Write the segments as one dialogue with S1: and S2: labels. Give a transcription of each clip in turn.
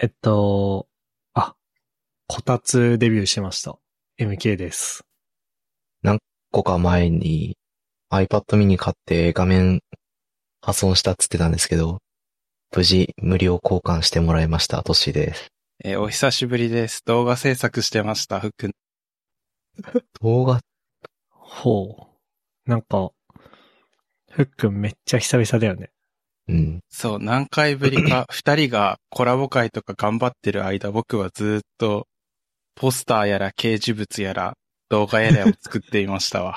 S1: えっと、あ、こたつデビューしました。MK です。
S2: 個か前に iPad mini 買って画面破損したっつってたんですけど、無事無料交換してもらいました。トッシーです。
S3: えーお久しぶりです。動画制作してました、ふっくん。
S2: 動画、
S1: ほう。なんか、ふっくんめっちゃ久々だよね。
S2: うん。
S3: そう、何回ぶりか、二人がコラボ会とか頑張ってる間、僕はずーっと、ポスターやら掲示物やら、動画やらを作っていましたわ。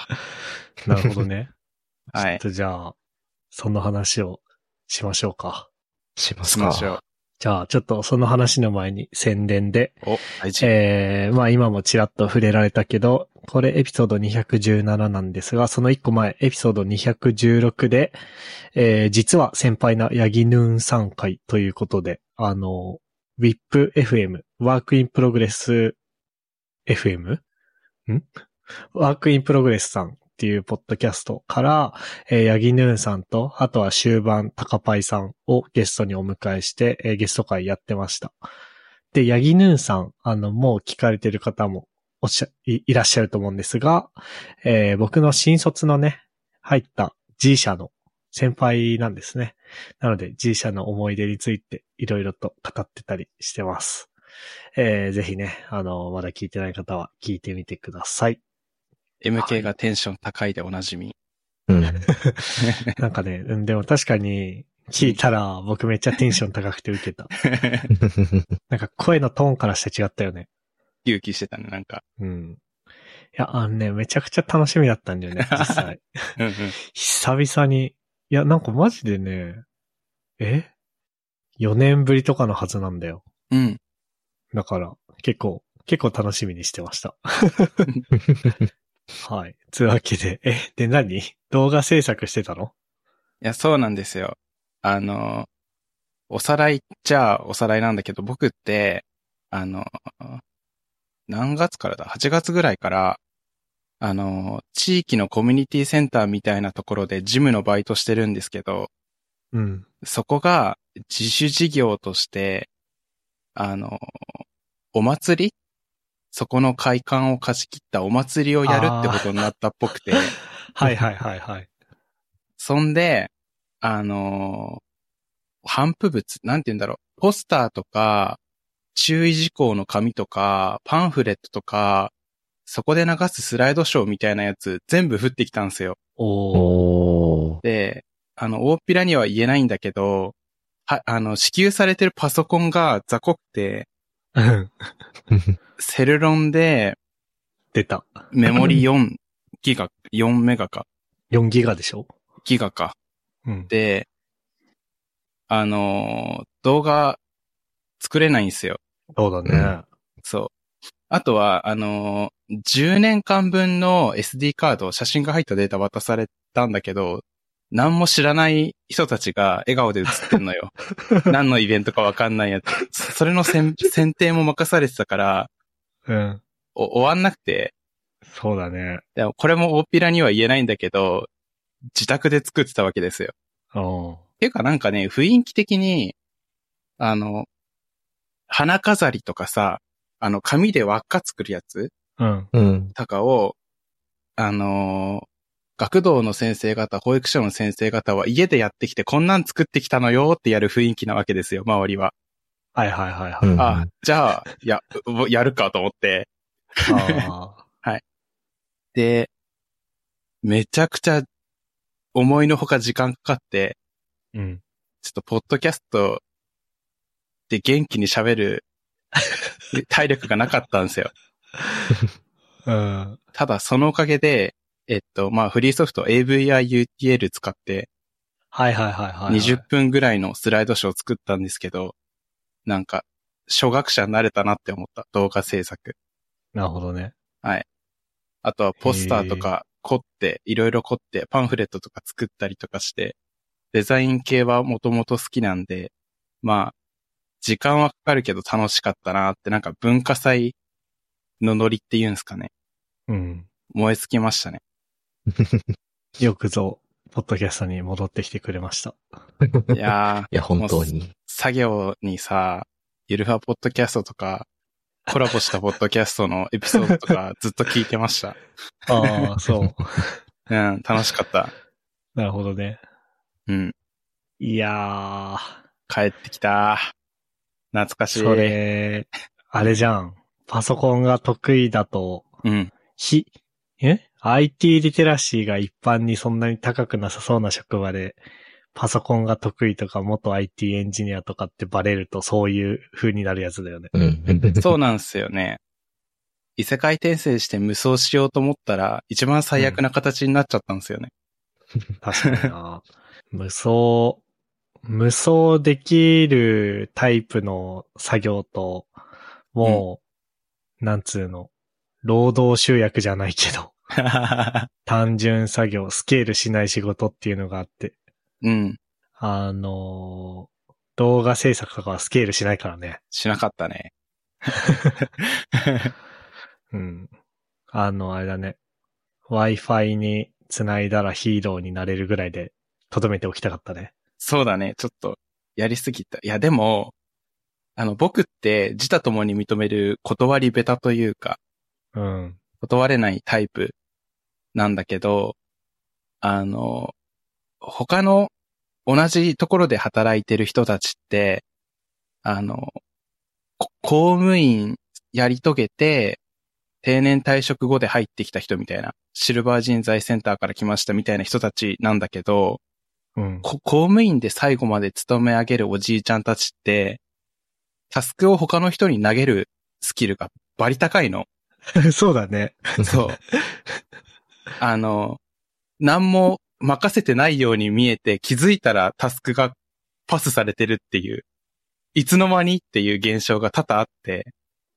S1: なるほどね。
S3: は
S1: ちょ
S3: い
S1: っ。とじゃあ、その話をしましょうか。
S2: します
S3: し
S2: か。
S3: ましょう。
S1: じゃあ、ちょっとその話の前に宣伝で、
S3: お、大事。
S1: えー、まあ今もちらっと触れられたけど、これエピソード217なんですが、その1個前、エピソード216で、えー、実は先輩なヤギヌーンさん会ということで、あの、WIPFM、ワークインプログレス FM? んワークインプログレスさんっていうポッドキャストから、えー、ヤギヌーンさんと、あとは終盤、タカパイさんをゲストにお迎えして、えーゲスト会やってました。で、ヤギヌーンさん、あの、もう聞かれてる方もおっしゃ、いいらっしゃると思うんですが、えー僕の新卒のね、入った G 社の先輩なんですね。なので G 社の思い出についていろいろと語ってたりしてます。えーぜひね、あの、まだ聞いてない方は聞いてみてください。
S3: MK がテンション高いでおなじみ。
S2: うん。
S1: なんかね、うんでも確かに聞いたら僕めっちゃテンション高くて受けた。なんか声のトーンからして違ったよね。
S3: 勇気してたね、なんか。
S1: うん。いや、あのね、めちゃくちゃ楽しみだったんだよね、実際。
S3: うんうん
S1: 久々に。いや、なんかマジでね、え ?4 年ぶりとかのはずなんだよ。
S3: うん。
S1: だから、結構、結構楽しみにしてました。はい。つうわけで、え、で何動画制作してたの
S3: いや、そうなんですよ。あの、おさらいっちゃおさらいなんだけど、僕って、あの、何月からだ ?8 月ぐらいから、あの、地域のコミュニティセンターみたいなところでジムのバイトしてるんですけど、
S1: うん。
S3: そこが自主事業として、あの、お祭りそこの会館を貸し切ったお祭りをやるってことになったっぽ くて。
S1: はいはいはいはい。
S3: そんで、あのー、反布物、なんて言うんだろう、ポスターとか、注意事項の紙とか、パンフレットとか、そこで流すスライドショーみたいなやつ、全部降ってきたんですよ。
S1: おー。
S2: おー。
S3: で、あの、大っぴらには言えないんだけど、は、あの、支給されてるパソコンが雑魚くて、
S1: うん
S3: セルロンで
S1: 出た。
S3: メモリ4ギガ、4メガか、
S1: 4ギガでしょ
S3: ギガか。
S1: うん。
S3: で、あのー動画作れないんですよ。
S1: そうだね。
S3: そう。あとは、あのー10年間分の SD カード、写真が入ったデータ渡されたんだけど、何も知らない人たちが笑顔で写ってんのよ。何のイベントかわかんないやつ。それの選 選定も任されてたから、
S1: うん。
S3: お終わんなくて、
S1: そうだね。
S3: でもこれも大っぴらには言えないんだけど、自宅で作ってたわけですよ。
S1: おー。
S3: ていうかなんかね、雰囲気的に、あの、花飾りとかさ、あの、紙で輪っか作るやつ
S1: うん。
S2: うん。
S3: とかを、あのー学童の先生方、保育所の先生方は家でやってきて、こんなん作ってきたのよってやる雰囲気なわけですよ、周りは。
S1: はいはいはいは
S2: う
S1: い。
S2: ん。
S3: あ、じゃあ、や、 やるかと思って。
S1: あ
S3: で、めちゃくちゃ思いのほか時間かかって、
S1: ー。 うん。
S3: ちょっとポッドキャストで元気に 喋る体力がなかったんですよ。
S1: うん。
S3: ただそのおかげで、えっと、まあフリーソフト AVIUTL 使って
S1: はいはいはいはい。
S3: 20分ぐらいのスライドショーを作ったんですけど、なんか、初学者になれたなって思った動画制作。
S1: なるほどね。
S3: あとはポスターとか凝って、いろいろ凝って、パンフレットとか作ったりとかして、デザイン系はもともと好きなんで、まあ、時間はかかるけど楽しかったなって、なんか文化祭のノリって言うんですかね。
S1: うん。
S3: 燃え尽きまし たね。
S1: よくぞ、ポッドキャストに戻ってきてくれました。
S3: いや
S2: いや、本当に。
S3: ー、作業にさ、ゆるふわポッドキャストとか、コラボしたポッドキャストのエピソードと かずっと聞いてました。
S1: ああ、そう。
S3: うん、楽しかった。
S1: なるほどね。
S3: うん、
S1: いやー。
S3: 帰ってきた。懐かしい。
S1: それ、あれじゃん。パソコンが得意だと、
S3: うん。
S1: ひ、え ?IT リテラシーが一般にそんなに高くなさそうな職場で、パソコンが得意とか元 IT エンジニアとかってバレるとそういう風になるやつだよね。
S2: うん。
S3: そうなんですよね。異世界転生して無双しようと思ったら、一番最悪な形になっちゃったんですよね。
S1: 確かにな。 無双、無双できるタイプの作業と、もう、なんつうの、労働集約じゃないけど、 単純作業、スケールしない仕事っていうのがあって、
S3: うん。
S1: あのー動画制作とかはスケールしないからね。
S3: しなかったね。
S1: うん。あの、あれだね。Wi-Fi に繋いだらヒーローになれるぐらいで、とどめておきたかったね。
S3: そうだね。ちょっと、やりすぎた。いや、でも、あの、僕って自他共に認める断りベタというか、
S1: うん。
S3: 断れないタイプなんだけど、あの、他の同じところで働いてる人たちって、あの、こ公務員やり遂げて、定年退職後で入ってきた人みたいな、シルバー人材センターから来ましたみたいな人たちなんだけど、
S1: うん。
S3: こ公務員で最後まで勤め上げるおじいちゃんたちって、タスクを他の人に投げるスキルがバリ高いの。
S1: そうだね。
S3: そう。あの、何も任せてないように見えて気づいたらタスクがパスされてるっていう、いつの間にっていう現象が多々あって、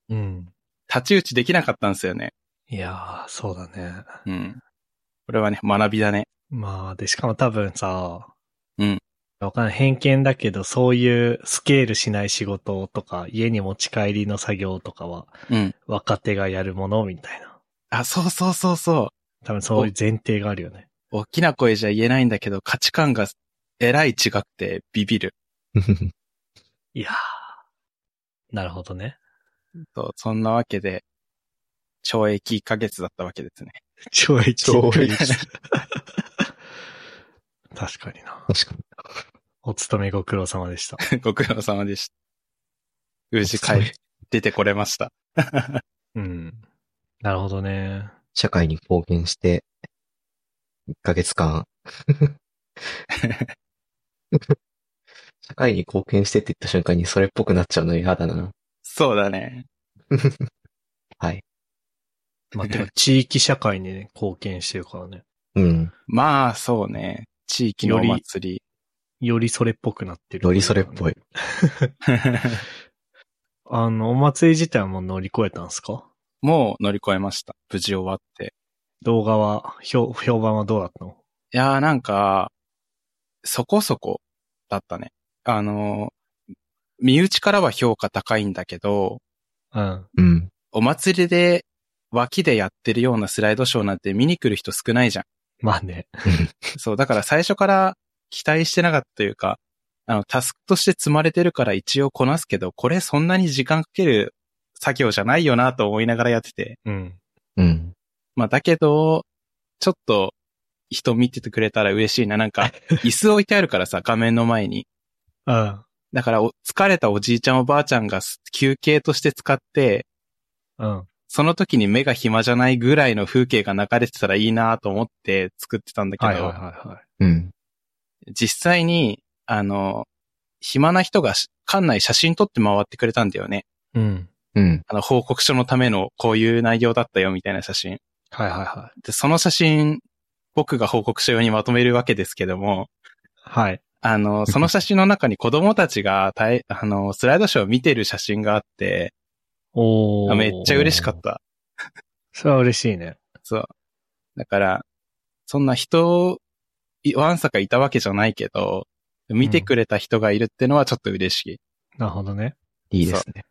S1: うん。
S3: 立ち打ちできなかったんですよね。
S1: いやー、そうだね。
S3: うん。これはね、学びだね。
S1: まあ、で、しかも多分さ、
S3: うん。
S1: わかんない。偏見だけど、そういうスケールしない仕事とか、家に持ち帰りの作業とかは、
S3: うん。
S1: 若手がやるものみたいな。
S3: あ、そうそうそうそ
S1: 多分そういう前提があるよね。
S3: う。大きな声じゃ言えないんだけど、価値観がえらい違くてビビる。
S1: いやー。なるほどね。
S3: そう、そんなわけで、懲役1ヶ月だったわけですね。
S1: 懲役。
S2: 懲
S3: 役
S1: 確かにな。
S2: 確かに。
S1: お勤めご苦労様でした。
S3: ご苦労様でした。無事帰
S2: そう
S3: っ
S2: いう
S3: 出てこれました。
S1: うん。なるほどね。
S2: 社会に貢献して、1ヶ月 間。社会に貢献してって言った瞬間にそれっぽくなっちゃうの嫌だな。
S3: そうだね。
S2: はい。
S1: まあ、てか地域社会に、ね、貢献してるからね。
S2: うん。
S3: まあ、そうね。地域のお祭り。
S1: よりそれっぽくなってる。
S2: よりそれっぽい。。
S1: あの、お祭り自体はもう乗り越えたんすか
S3: もう乗り越えました。無事終わって。
S1: 動画は、評、評判はどうだったの
S3: いやーなんか、そこそこだったね。あのー、身内からは評価高いんだけど、
S1: うん。
S2: うん。
S3: お祭りで脇でやってるようなスライドショーなんて見に来る人少ないじゃん。
S1: まあね。
S3: そう、だから最初から期待してなかったというか、あの、タスクとして積まれてるから一応こなすけど、これそんなに時間かける作業じゃないよなと思いながらやってて。
S1: うん。
S2: うん。
S3: まあ、だけど、ちょっと人見ててくれたら嬉しいな。なんか、椅子置いてあるから さ、画面の前に。
S1: うん。
S3: だからお、疲れたおじいちゃんおばあちゃんが休憩として使って、
S1: うん。
S3: その時に目が暇じゃないぐらいの風景が流れてたらいいなと思って作ってたんだけ
S1: は
S3: ど、
S1: いはいはいは
S2: うん。
S3: 実際に、あの、暇な人がし館内写真撮って回ってくれたんだよね。
S1: い。うん。
S2: うん。
S3: あの、報告書のためのこういう内容だったよみたいな写真。
S1: はいはいはい。
S3: で、その写真、僕が報告書用にまとめるわけですけども、
S1: はい。
S3: あの、その写真の中に子供たちがたい、あの、スライドショーを見てる写真があって、
S1: お
S3: あ
S1: ー。
S3: めっちゃ嬉しかった。
S1: それは嬉しいね。
S3: そう。だから、そんな人、いわんさかいたわけじゃないけど、見てくれた人がいるってのはちょっと嬉しい。
S1: なるほどね。
S2: いいですね。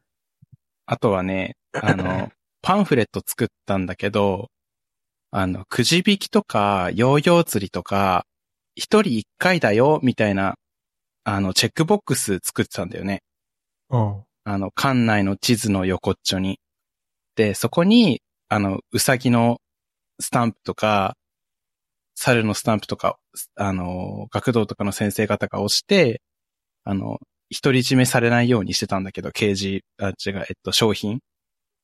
S3: あとはね、あの、パンフレット作ったんだけど、あの、くじ引きとか、ヨーヨー釣りとか、一人一回だよ、みたいな、あの、チェックボックス作ってたんだよね。
S1: うん。
S3: あの、館内の地図の横っちょに。で、そこに、あの、うさぎのスタンプとか、猿のスタンプとか、あの、学童とかの先生方が押して、あの、独り占めされないようにしてたんだけど、掲示、あ、違う、えっと、商品。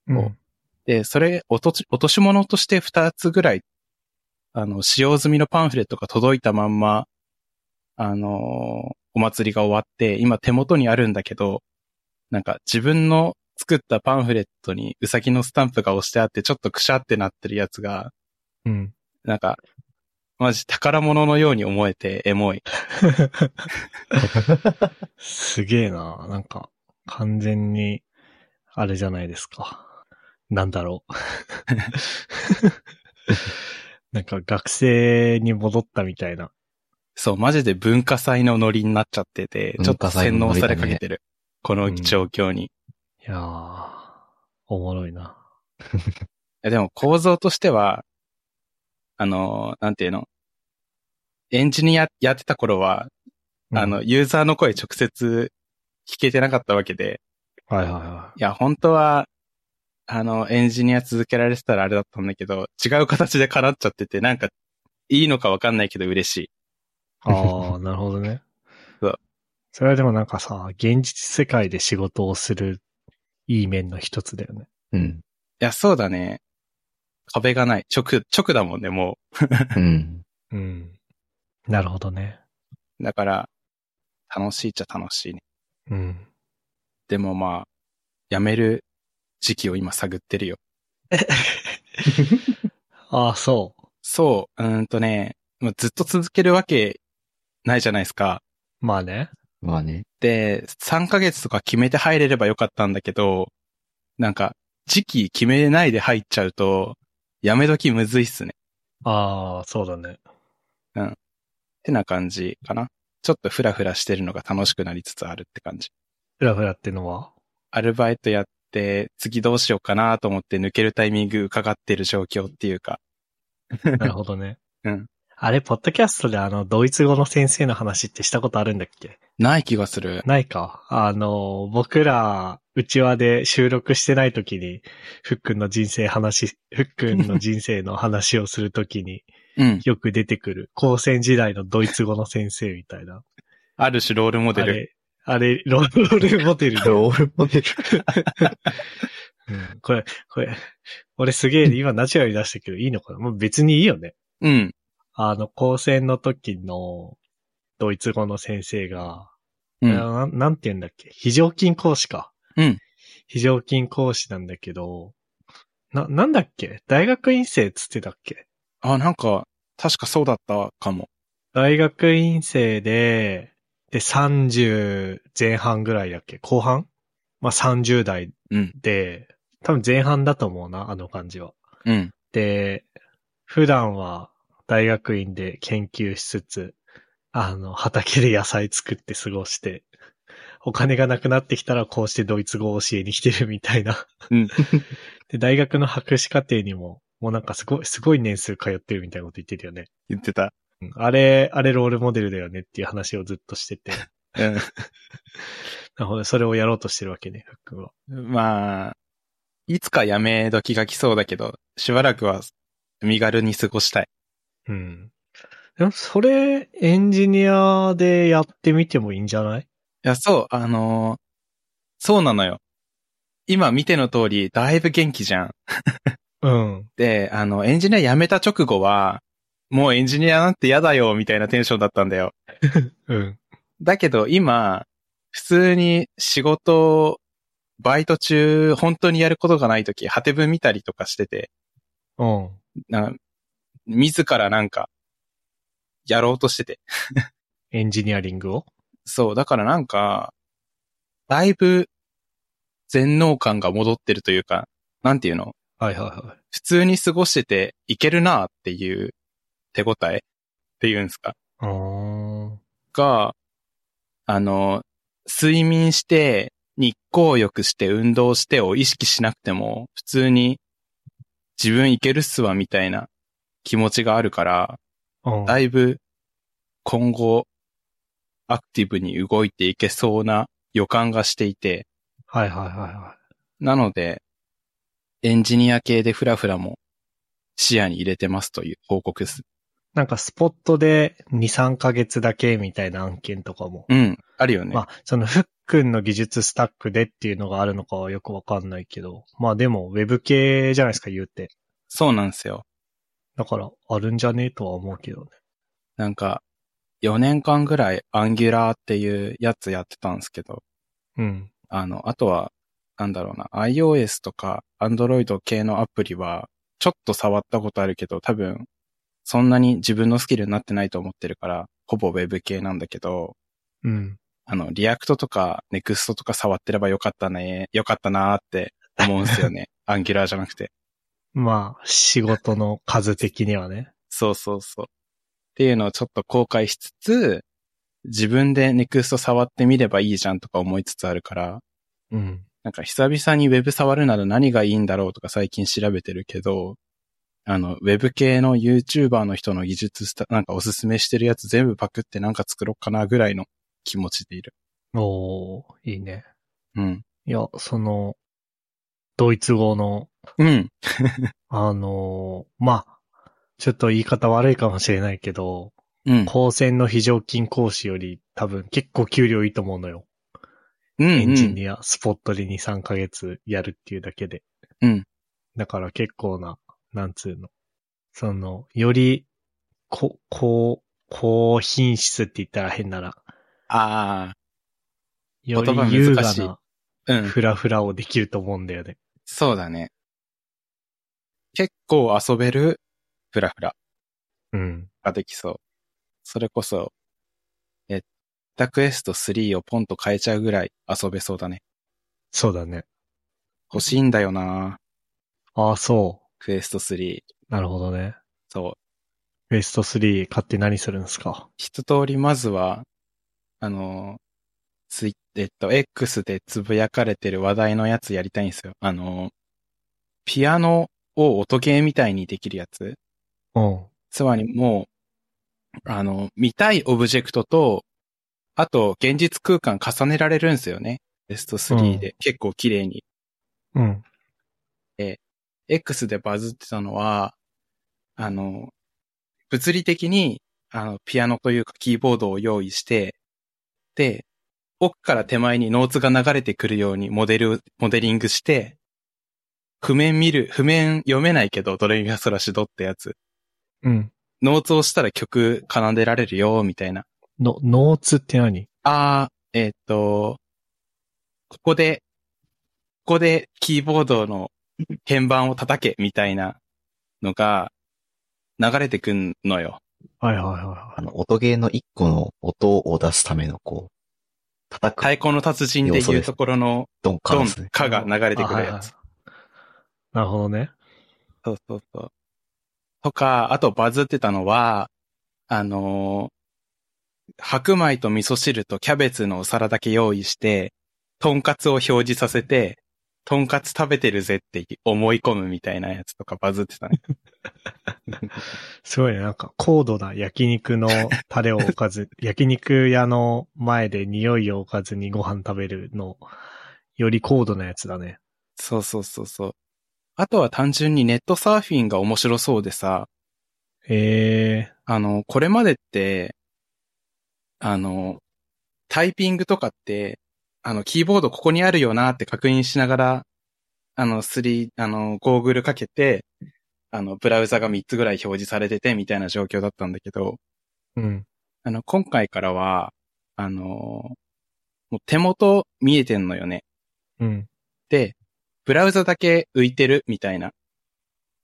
S1: うん。
S3: で、それ、落とし、落とし物として2つぐらい、あの、使用済みのパンフレットが届いたまんま、あのーお祭りが終わって、今手元にあるんだけど、なんか自分の作ったパンフレットにウサギのスタンプが押してあって、ちょっとくしゃってなってるやつが、
S1: うん。
S3: なんか、マジ宝物のように思えてエモい。
S1: すげえな。なんか、完全に、あれじゃないですか。なんだろう。 なんか学生に戻ったみたいな。
S3: そう、マジで文化祭のノリになっちゃってて、ちょっと洗脳されかけてる。こ
S2: だ
S3: の
S2: ね
S3: 状況に。
S1: いやー、おもろいな。
S3: いやでも構造としては、あの、なんていうの、エンジニアやってた頃は、
S1: うん
S3: あの、ユーザーの声直接聞けてなかったわけで、
S1: はいはいはい
S3: や、本当は、あの、エンジニア続けられてたらあれだったんだけど、違う形で叶っちゃってて、なんか、いいのかわかんないけど嬉しい。
S1: い。 ああ、なるほどね。
S3: そう
S1: それはでもなんかさ、現実世界で仕事をするいい面の一つだよね。
S2: うん。
S3: いや、そうだね。壁がない。直、直だもんね、もう。
S2: うん。
S1: うん。なるほどね。
S3: だから、楽しいっちゃ楽しいね。
S1: うん。
S3: でもまあ、やめる時期を今探ってるよ。
S1: ああ、そ
S3: そう、うーんとね、まあずっと続けるわけないじゃないですか。
S1: う。まあね。
S2: まあね。
S3: で、3ヶ月とか決めて入れればよかったんだけど、なんか、時期決めないで入っちゃうと、やめ時むずいっすね。
S1: ああ、そうだね。
S3: ってな感じかな。ちょっとフラフラしてるのが楽しくなりつつあるって感じ。
S1: ふらふらっての は
S3: アルバイトやって、次どうしようかなと思って抜けるタイミング伺ってる状況っていうか。
S1: なるほどね。
S3: うん。
S1: あれ、ポッドキャストであの、ドイツ語の先生の話ってしたことあるんだっけ
S3: ない気がする。
S1: ないか。あの、僕ら、うちわで収録してない時に、ふっくんの人生話、ふっくんの人生の話をするときに、
S3: うん。
S1: よく出てくる、高専時代のドイツ語の先生みたいな。
S3: ある種ロールモ
S1: あ
S3: デル。
S1: れ、あれ、ロールモデル だ
S2: ロールモデル。
S1: うんこれ、これ、俺すげえ今ナチュラルに出したけどいいのかなもう別にいいよね。
S3: うん。
S1: あの、高専の時のドイツ語の先生が、あ
S3: うん。
S1: のなんなんて言うんだっけ非常勤講師か。
S3: うん。
S1: 非常勤講師なんだけど、な、なんだっけ大学院生っつってたっけ
S3: あ、なんか、確かそうだったかも。
S1: 大学院生で、で、30前半ぐらいだっけ後半まあ、30代
S3: うん。
S1: で、多分前半だと思うな、あの感じは。
S3: うん。
S1: で、普段は大学院で研究しつつ、あの、畑で野菜作って過ごして、お金がなくなってきたらこうしてドイツ語を教えに来てるみたいな。
S3: うん
S1: で、大学の博士課程にも、もうなんかすごい、 すごい年数通ってるみたいなこと言ってたよね。
S3: 言ってた。
S1: うんあれ、あれロールモデルだよねっていう話をずっとしてて。
S3: う
S1: なるほど、それをやろうとしてるわけね、ふっくんは。
S3: ん。まあ、いつかやめ時が来そうだけど、しばらくは身軽に過ごしたい。
S1: うん。でも、それ、エンジニアでやってみてもいいんじゃない
S3: いや、そう、あのーそうなのよ。今見ての通り、だいぶ元気じゃん。
S1: うん。
S3: で、あの、エンジニア辞めた直後は、もうエンジニアなんて嫌だよ、みたいなテンションだったんだよ。
S1: うん。
S3: だけど今、普通に仕事、バイト中、本当にやることがない時、果て分見たりとかしてて、
S1: うん。
S3: な自らなんか、やろうとしてて。
S1: エンジニアリングを
S3: そう、だからなんか、だいぶ、全能感が戻ってるというか、なんていうの
S1: はいはいはい。
S3: 普通に過ごしてていけるなっていう手応えっていうんですか
S1: うーん。
S3: が、あの、睡眠して、日光浴して運動してを意識しなくても、普通に自分いけるっすわみたいな気持ちがあるから、
S1: うん
S3: だいぶ今後アクティブに動いていけそうな予感がしていて、
S1: はいはいはいは
S3: なので、エンジニア系でフラフラも視野に入れてますという報告です。
S1: い。なんかスポットで2、3ヶ月だけみたいな案件とかも。
S3: うん、あるよね。
S1: まあ、そのフックンの技術スタックでっていうのがあるのかはよくわかんないけど。まあでも、ウェブ系じゃないですか、言うて。
S3: そうなんですよ。
S1: だから、あるんじゃねえとは思うけどね。
S3: なんか、4年間ぐらいアンギュラーっていうやつやってたんですけど、
S1: うん。
S3: あの、あとは、なんだろうな、iOS とか Android 系のアプリは、ちょっと触ったことあるけど、多分、そんなに自分のスキルになってないと思ってるから、ほぼ Web 系なんだけど、
S1: うん。
S3: あの、リアクトとか Next とか触ってればよかったね、よかったなーって思うんですよね。アンギュラーじゃなくて。
S1: まあ、仕事の数的にはね。
S3: そうそうそう。っていうのをちょっと後悔しつつ、自分で NEXT 触ってみればいいじゃんとか思いつつあるから、
S1: うん。
S3: なんか久々に Web 触るなら何がいいんだろうとか最近調べてるけど、あの、Web 系の YouTuber の人の技術スタ、なんかおすすめしてるやつ全部パクってなんか作ろうかなぐらいの気持ちでいる。
S1: おー、いいね。
S3: うん。
S1: いや、その、ドイツ語の、
S3: うん。
S1: あのーまあ、ちょっと言い方悪いかもしれないけど、
S3: うん。
S1: 高専の非常勤講師より多分結構給料いいと思うのよ。
S3: うん、
S1: エンジ
S3: ア。
S1: ニア、スポットで2、3ヶ月やるっていうだけで。
S3: うん。
S1: だから結構な、なんつうの。その、より、こ、こう、高品質って言ったら変なら、
S3: あ
S1: よ
S3: 言葉
S1: り優雅
S3: 難しい
S1: な
S3: あ。うん。
S1: フラフラをできると思うんだよね。
S3: そうだね。結構遊べるフラフラ。
S1: うん。
S3: ができそう。それこそ、え、ダクエスト3をポンと変えちゃうぐらい遊べそうだね。
S1: そうだね。
S3: 欲しいんだよな
S1: ああ、そ
S3: クエスト3。
S1: う。なるほどね。
S3: そう。
S1: ベスト3買って何するんですか
S3: 一通りまずは、あの、ツイえっと、X でつぶやかれてる話題のやつやりたいんですよ。あの、ピアノを音ゲーみたいにできるやつ。
S1: うん。
S3: つまりもう、あの、見たいオブジェクトと、あと、現実空間重ねられるんですよね。ベスト3で、結構綺麗に。
S1: うん。
S3: X でバズってたのは、あの、物理的に、あの、ピアノというかキーボードを用意して、で、奥から手前にノーツが流れてくるようにモデル、モデリングして、譜面見る、譜面読めないけど、ドレミファソラシドってやつ。
S1: うん。
S3: ノーツをしたら曲奏でられるよ、みたいな。
S1: の、ノーツって何
S3: あー、えーっ、と、ここで、ここでキーボードの鍵盤を叩けみたいなのが流れてくんのよ。
S1: はいはいはいは
S2: あの、音ゲーの一個の音を出すための、こう、叩
S3: 太
S2: く、
S3: 鼓の達人でいうところの
S2: ドンカ
S3: ド
S2: ー
S3: ン
S2: ですね、。
S3: カが流れ
S1: い。
S3: てくる
S1: あはい
S3: や
S1: はい
S3: つ。
S1: なるほどね。
S3: そうそうそう。とか、あとバズってたのは、あのー白米と味噌汁とキャベツのお皿だけ用意して、とんかつを表示させて、とんかつ食べてるぜって思い込むみたいなやつとかバズってたね。
S1: すごいね。なんか高度な焼肉のタレを置か ず、焼肉屋の前で匂いを置かずにご飯食べるの、より高度なやつだね。
S3: そうそうそうそう。あとは単純にネットサーフィンが面白そうでさ、
S1: ええ
S3: あの、これまでって、あの、タイピングとかって、あの、キーボードここにあるよなって確認しながら、あの、3、あの、ゴーグルかけて、あの、ブラウザが3つぐらい表示されててみたいな状況だったんだけど、
S1: うん。
S3: あの、今回からは、あの、もう手元見えてんのよね。
S1: うん。
S3: で、ブラウザだけ浮いてるみたいな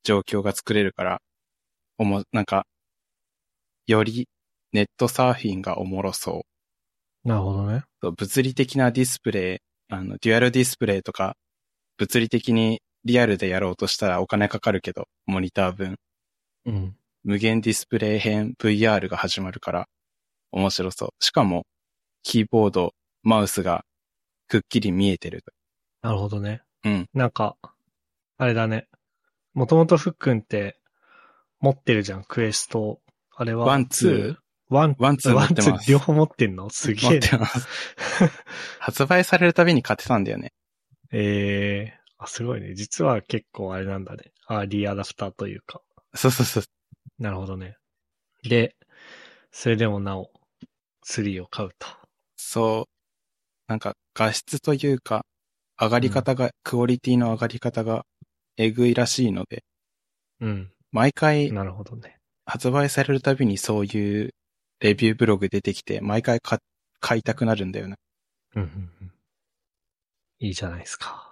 S3: 状況が作れるから、おも、なんか、よりネットサーフィンがおもろそう
S1: なるほどね。
S3: そう。物理的なディスプレイ、あの、デュアルディスプレイとか、物理的にリアルでやろうとしたらお金かかるけど、モニター分、
S1: うん。
S3: 無限ディスプレイ編 VR が始まるから、面白そう。しかも、キーボード、マウスがくっきり見えてる。
S1: なるほどね。
S3: うん。
S1: なんか、あれだね。もともとふっくんって、持ってるじゃん、クエスト。あれは。
S3: ワン
S1: ー
S3: ツ
S1: ワン、
S3: ワンツー持
S1: ワン
S3: ってます
S1: ツー 両方持ってんのすげ
S3: 持
S1: え
S3: って
S1: な。
S3: ます。発売されるたびに買ってたんだよね。
S1: ええあ、すごいね。実は結構あれなんだね。アーリーアダプターというか。
S3: そうそうそう。
S1: なるほどね。で、それでもなお、3を買うと。
S3: そう、なんか画質というか、上がり方が、クオリティの上がり方がえぐいらしいので、
S1: うん。
S3: 毎回
S1: なるほどね。
S3: 発売されるたびにそういうレビューブログ出てきて、毎回買買いたくなるんだよね。
S1: うんうんうん。いいじゃないですか。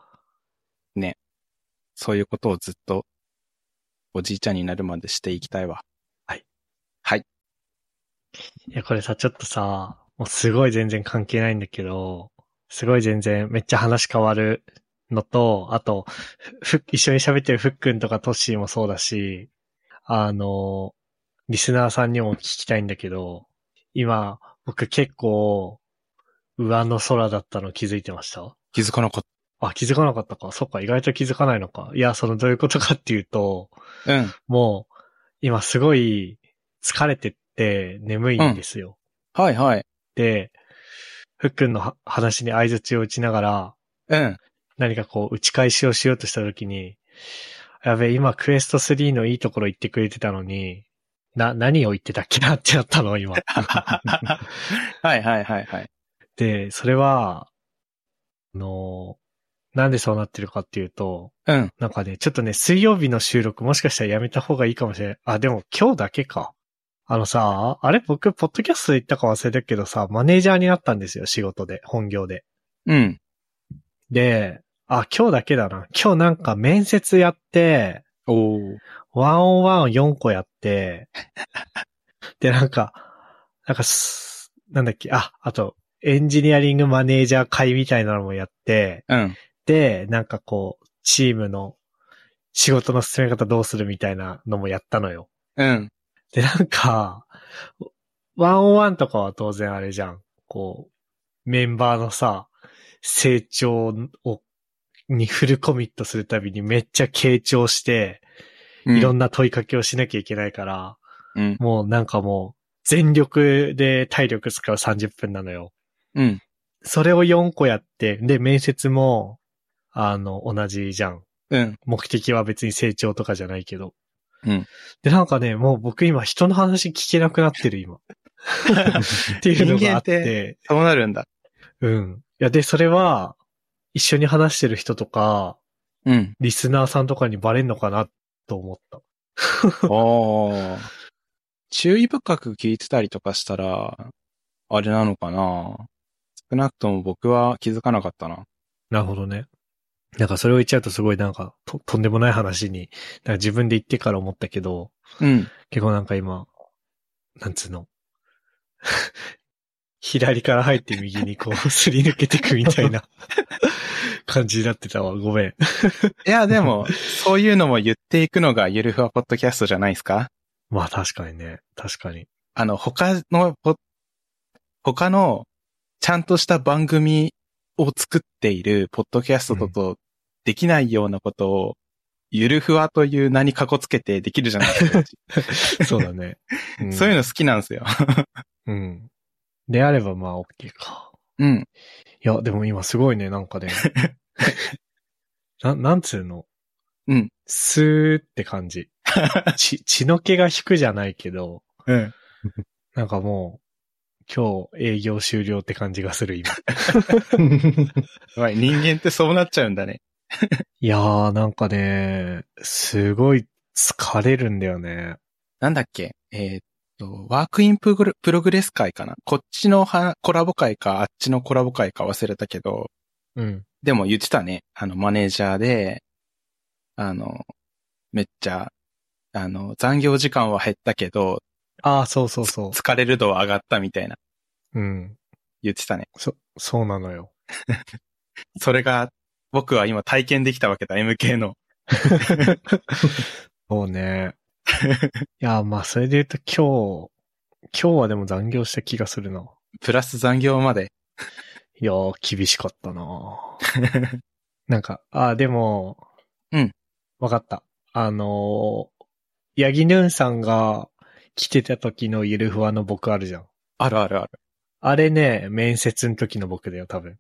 S3: そういうことをずっとおじいちゃんになるまでしていきたいわ。
S1: いや、これさ、ちょっとさ、もうすごい全然関係ないんだけど、すごい全然めっちゃ話変わるのと、あと、ふ、ふ一緒に喋ってるふっくんとかトッシーもそうだし、あの、リスナーさんにも聞きたいんだけど、今、僕結構、上の空だったの気づいてました
S3: 気づかなかっ
S1: あ、気づかなかったか。そっか、意外と気づかないのか。いや、その、どういうことかっていうと、
S3: た。うん。
S1: もう、今すごい疲れてって眠いんですよ。
S3: はいはい。
S1: で、ふっくんのは話に相槌を打ちながら、
S3: うん。
S1: 何かこう打ち返しをしようとしたときに、やべえ、今クエスト3のいいところ言ってくれてたのに、な、何を言ってたっけなってなったの、今。
S3: はいはいはいはい。
S1: で、それは、あの、なんでそうなってるかっていうと、
S3: うん。
S1: なんかね、ちょっとね、水曜日の収録もしかしたらやめた方がいいかもしれない。あ、でも今日だけか。あのさ、あれ僕、ポッドキャストで言ったか忘れたけどさ、マネージャーになったんですよ、仕事で、本業で。
S3: うん。
S1: で、あ、今日だけだな。今日なんか面接やって、
S3: おー。
S1: ワンオンワンを4個やって、で、なんか、なんかす、なんだっけ、あ、あと、エンジニアリングマネージャー会みたいなのもやって、
S3: うん。
S1: で、なんかこう、チームの仕事の進め方どうするみたいなのもやったのよ。
S3: うん。
S1: で、なんか、ワンオンワンとかは当然あれじゃん。こう、メンバーのさ、成長を、にフルコミットするたびにめっちゃ傾聴して、いろんな問いかけをしなきゃいけないから、
S3: うん。
S1: もうなんかもう、全力で体力使う30分なのよ。
S3: うん。
S1: それを4個やって、で、面接も、あの、同じじゃん。
S3: うん。
S1: 目的は別に成長とかじゃないけど。
S3: うん。
S1: で、なんかね、もう僕今人の話聞けなくなって る今。っていうのがあっ、
S3: 人間ってそうなるんだ。
S1: うん。いや、で、それは、一緒に話してる人とか、
S3: うん。
S1: リスナーさんとかにバレんのかなと思った。
S3: おー。注意深く聞いてたりとかしたら、あれなのかな少なくとも僕は気づかなかったな。
S1: なるほどね。なんかそれを言っちゃうとすごいなんかととんでもない話に、なんか自分で言ってから思ったけど、
S3: うん。
S1: 結構なんか今、なんつうの。 左から入って右に こう、すり抜けてくみたいな感じになってたわ。ごめん。
S3: いや、でも、 そういうのも言っていくのがゆるふわポッドキャストじゃないですか
S1: まあ確かにね。確かに。
S3: あの、他のポ、他の、ちゃんとした番組を作っているポッドキャストとできないようなことを、ゆるふわという名にかこつけてできるじゃないですか。
S1: そうだ ね。ん
S3: そういうの好きなんですよ。
S1: うん。であればまあ OK か。
S3: うん。
S1: いや、でも今すごいね、なん かね。な、なんつうの
S3: うん。
S1: スーって感 じ。ち、血の気が引くじゃないけど、
S3: うん。
S1: なんかもう、今日営業終了って感じがする今。
S3: やばい人間ってそうなっちゃうんだね。
S1: いやー、なんかね、すごい疲れるんだよね。
S3: なんだっけえーっと、ワークインプロプログレス会かなこっちのはコラボ会か、あっちのコラボ会か忘れたけど、
S1: うん。
S3: でも言ってたね。あの、マネージャーで、あの、めっちゃ、あの、残業時間は減ったけど、
S1: ああ、そうそうそ
S3: 疲れる度は上がったみたいな、
S1: う。うん。
S3: 言ってたね。
S1: そ、そうなのよ。
S3: それが、僕は今体験できたわけだ、MK の。
S1: そうね。いやー、まあ、それで言うと今日、今日はでも残業した気がするな。
S3: プラス残業まで。
S1: いやー、厳しかったな なんか、あー、でも、
S3: うん。
S1: わかった。あのー、ヤギヌーンさんが来てた時のゆるふわの僕あるじゃん。
S3: あるあるある。
S1: あれね、面接の時の僕だよ、多分。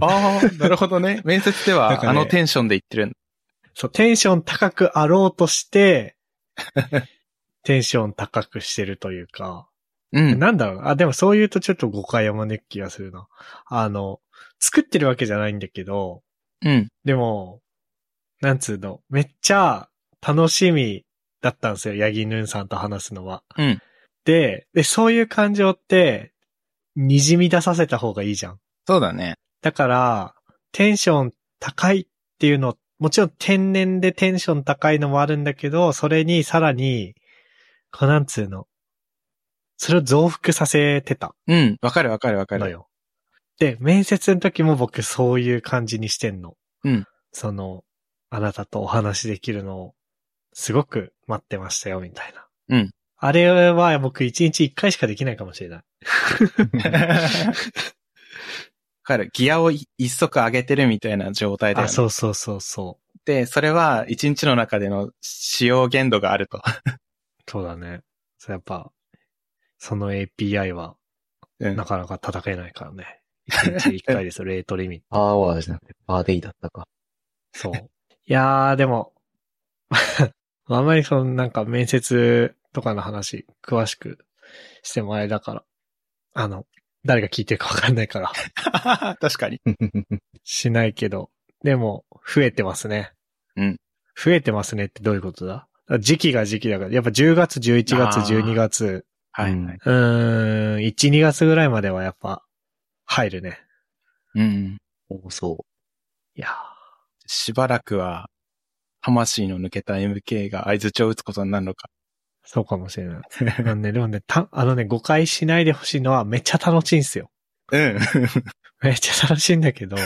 S3: ああ、なるほどね。面接で
S1: なん
S3: は、
S1: かね
S3: あのテンションで言ってるん
S1: そう、テンション高くあろうと して、テンション高くしてるというか、
S3: うん。
S1: なんだろうなあ、でもそう言うとちょっと誤解を招く気がするな。あの、作ってるわけじゃないんだけど、
S3: うん。
S1: でも、なんつうの、めっちゃ楽しみだったんですよ、ヤギヌンさんと話すのは。
S3: うん。
S1: で、で、そういう感情って、滲み出させた方がいいじゃん。
S3: そうだね。
S1: だから、テンション高いっていうの、もちろん天然でテンション高いのもあるんだけど、それにさらに、こうなんつうの、それを増幅させてた
S3: うん。わかるわかるわか
S1: の
S3: る。
S1: よ。で、面接の時も僕そういう感じにしてんの。
S3: うん
S1: その、あなたとお話できるのを、すごく待ってましたよ、みたいな。
S3: うん
S1: あれは僕一日一回しかできないかもしれない。
S3: わかる。ギアをい一足上げてるみたいな状態だよ
S1: あ、
S3: ね。
S1: そうそうそうそう。
S3: で、それは一日の中での使用限度があると。
S1: そうだね。それやっぱ、その API は
S3: うん
S1: なかなか叩けないからね。一日一回ですよ、レー トリミット。
S2: パーワーじゃなくてパーデイだったか。
S1: そう。 いやー、でも、 あんまりそのなんか面接とかの話、詳しくしてもあれだから、あの、誰が聞いてるかわかんないから、
S3: 確かに。
S1: しないけど、でも、増えてますね。
S3: うん。
S1: 増えてますねってどういうことだ時期が時期だから、やっぱ10月、11月、
S3: あー
S1: 12月、
S3: はい。
S2: うん
S3: はいう
S1: ーん、1、2月ぐらいまではやっぱ、入るね。
S3: うん。
S2: おそ
S1: いや
S3: しばらくは、魂の抜けた MK が合図を打つことになるのか。
S1: そうかもしれない。なんで、でもね、た、あのね、誤解しないでほしいのはめっちゃ楽しいんすよ。
S3: うん。
S1: めっちゃ楽しいんだけど、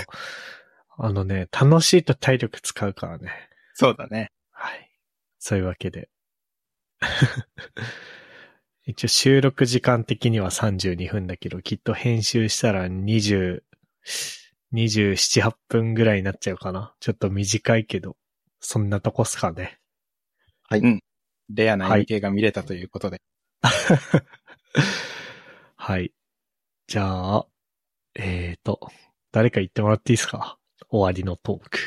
S1: あのね、楽しいと体力使うからね。
S3: そうだね。
S1: はい。そういうわけで。 一応収録時間的には32分だけど、きっと編集したら20、27、8分ぐらいになっちゃうかな。ちょっと短いけど、そんなとこっすかね。
S3: レアな
S1: はい
S3: MK が見れたということで。
S1: はい。じゃあ、えーと、誰か言ってもらっていいですか終わりのトーク。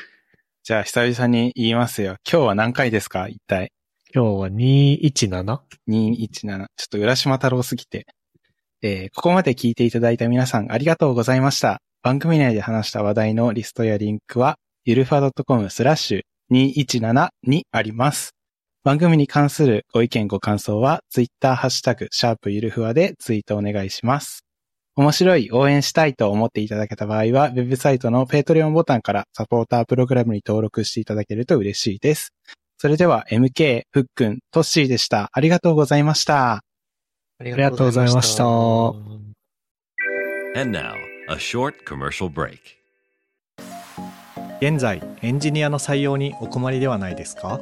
S3: じゃあ、久々に言いますよ。今日は何回ですか一体。
S1: 今日は 217?
S3: 217。ちょっと浦島太郎すぎて。えーここまで聞いていただいた皆さんありがとうございました。番組内で話した話題のリストやリンクは、ゆるふわ .com スラッシュ217にあります。番組に関するご意見ご感想は、ツイッターハッシュタグ、シャープゆるふわでツイートお願いします。面白い、応援したいと思っていただけた場合は、ウェブサイトのペイトレオンボタンからサポータープログラムに登録していただけると嬉しいです。それでは MK、ふっくん、トッシーでした。ありがとうございました。
S2: う。あ
S1: りがとうございました
S2: りがとうございました
S4: And now, a short commercial break.
S5: 現在エンジニアの採用にお困りではないですか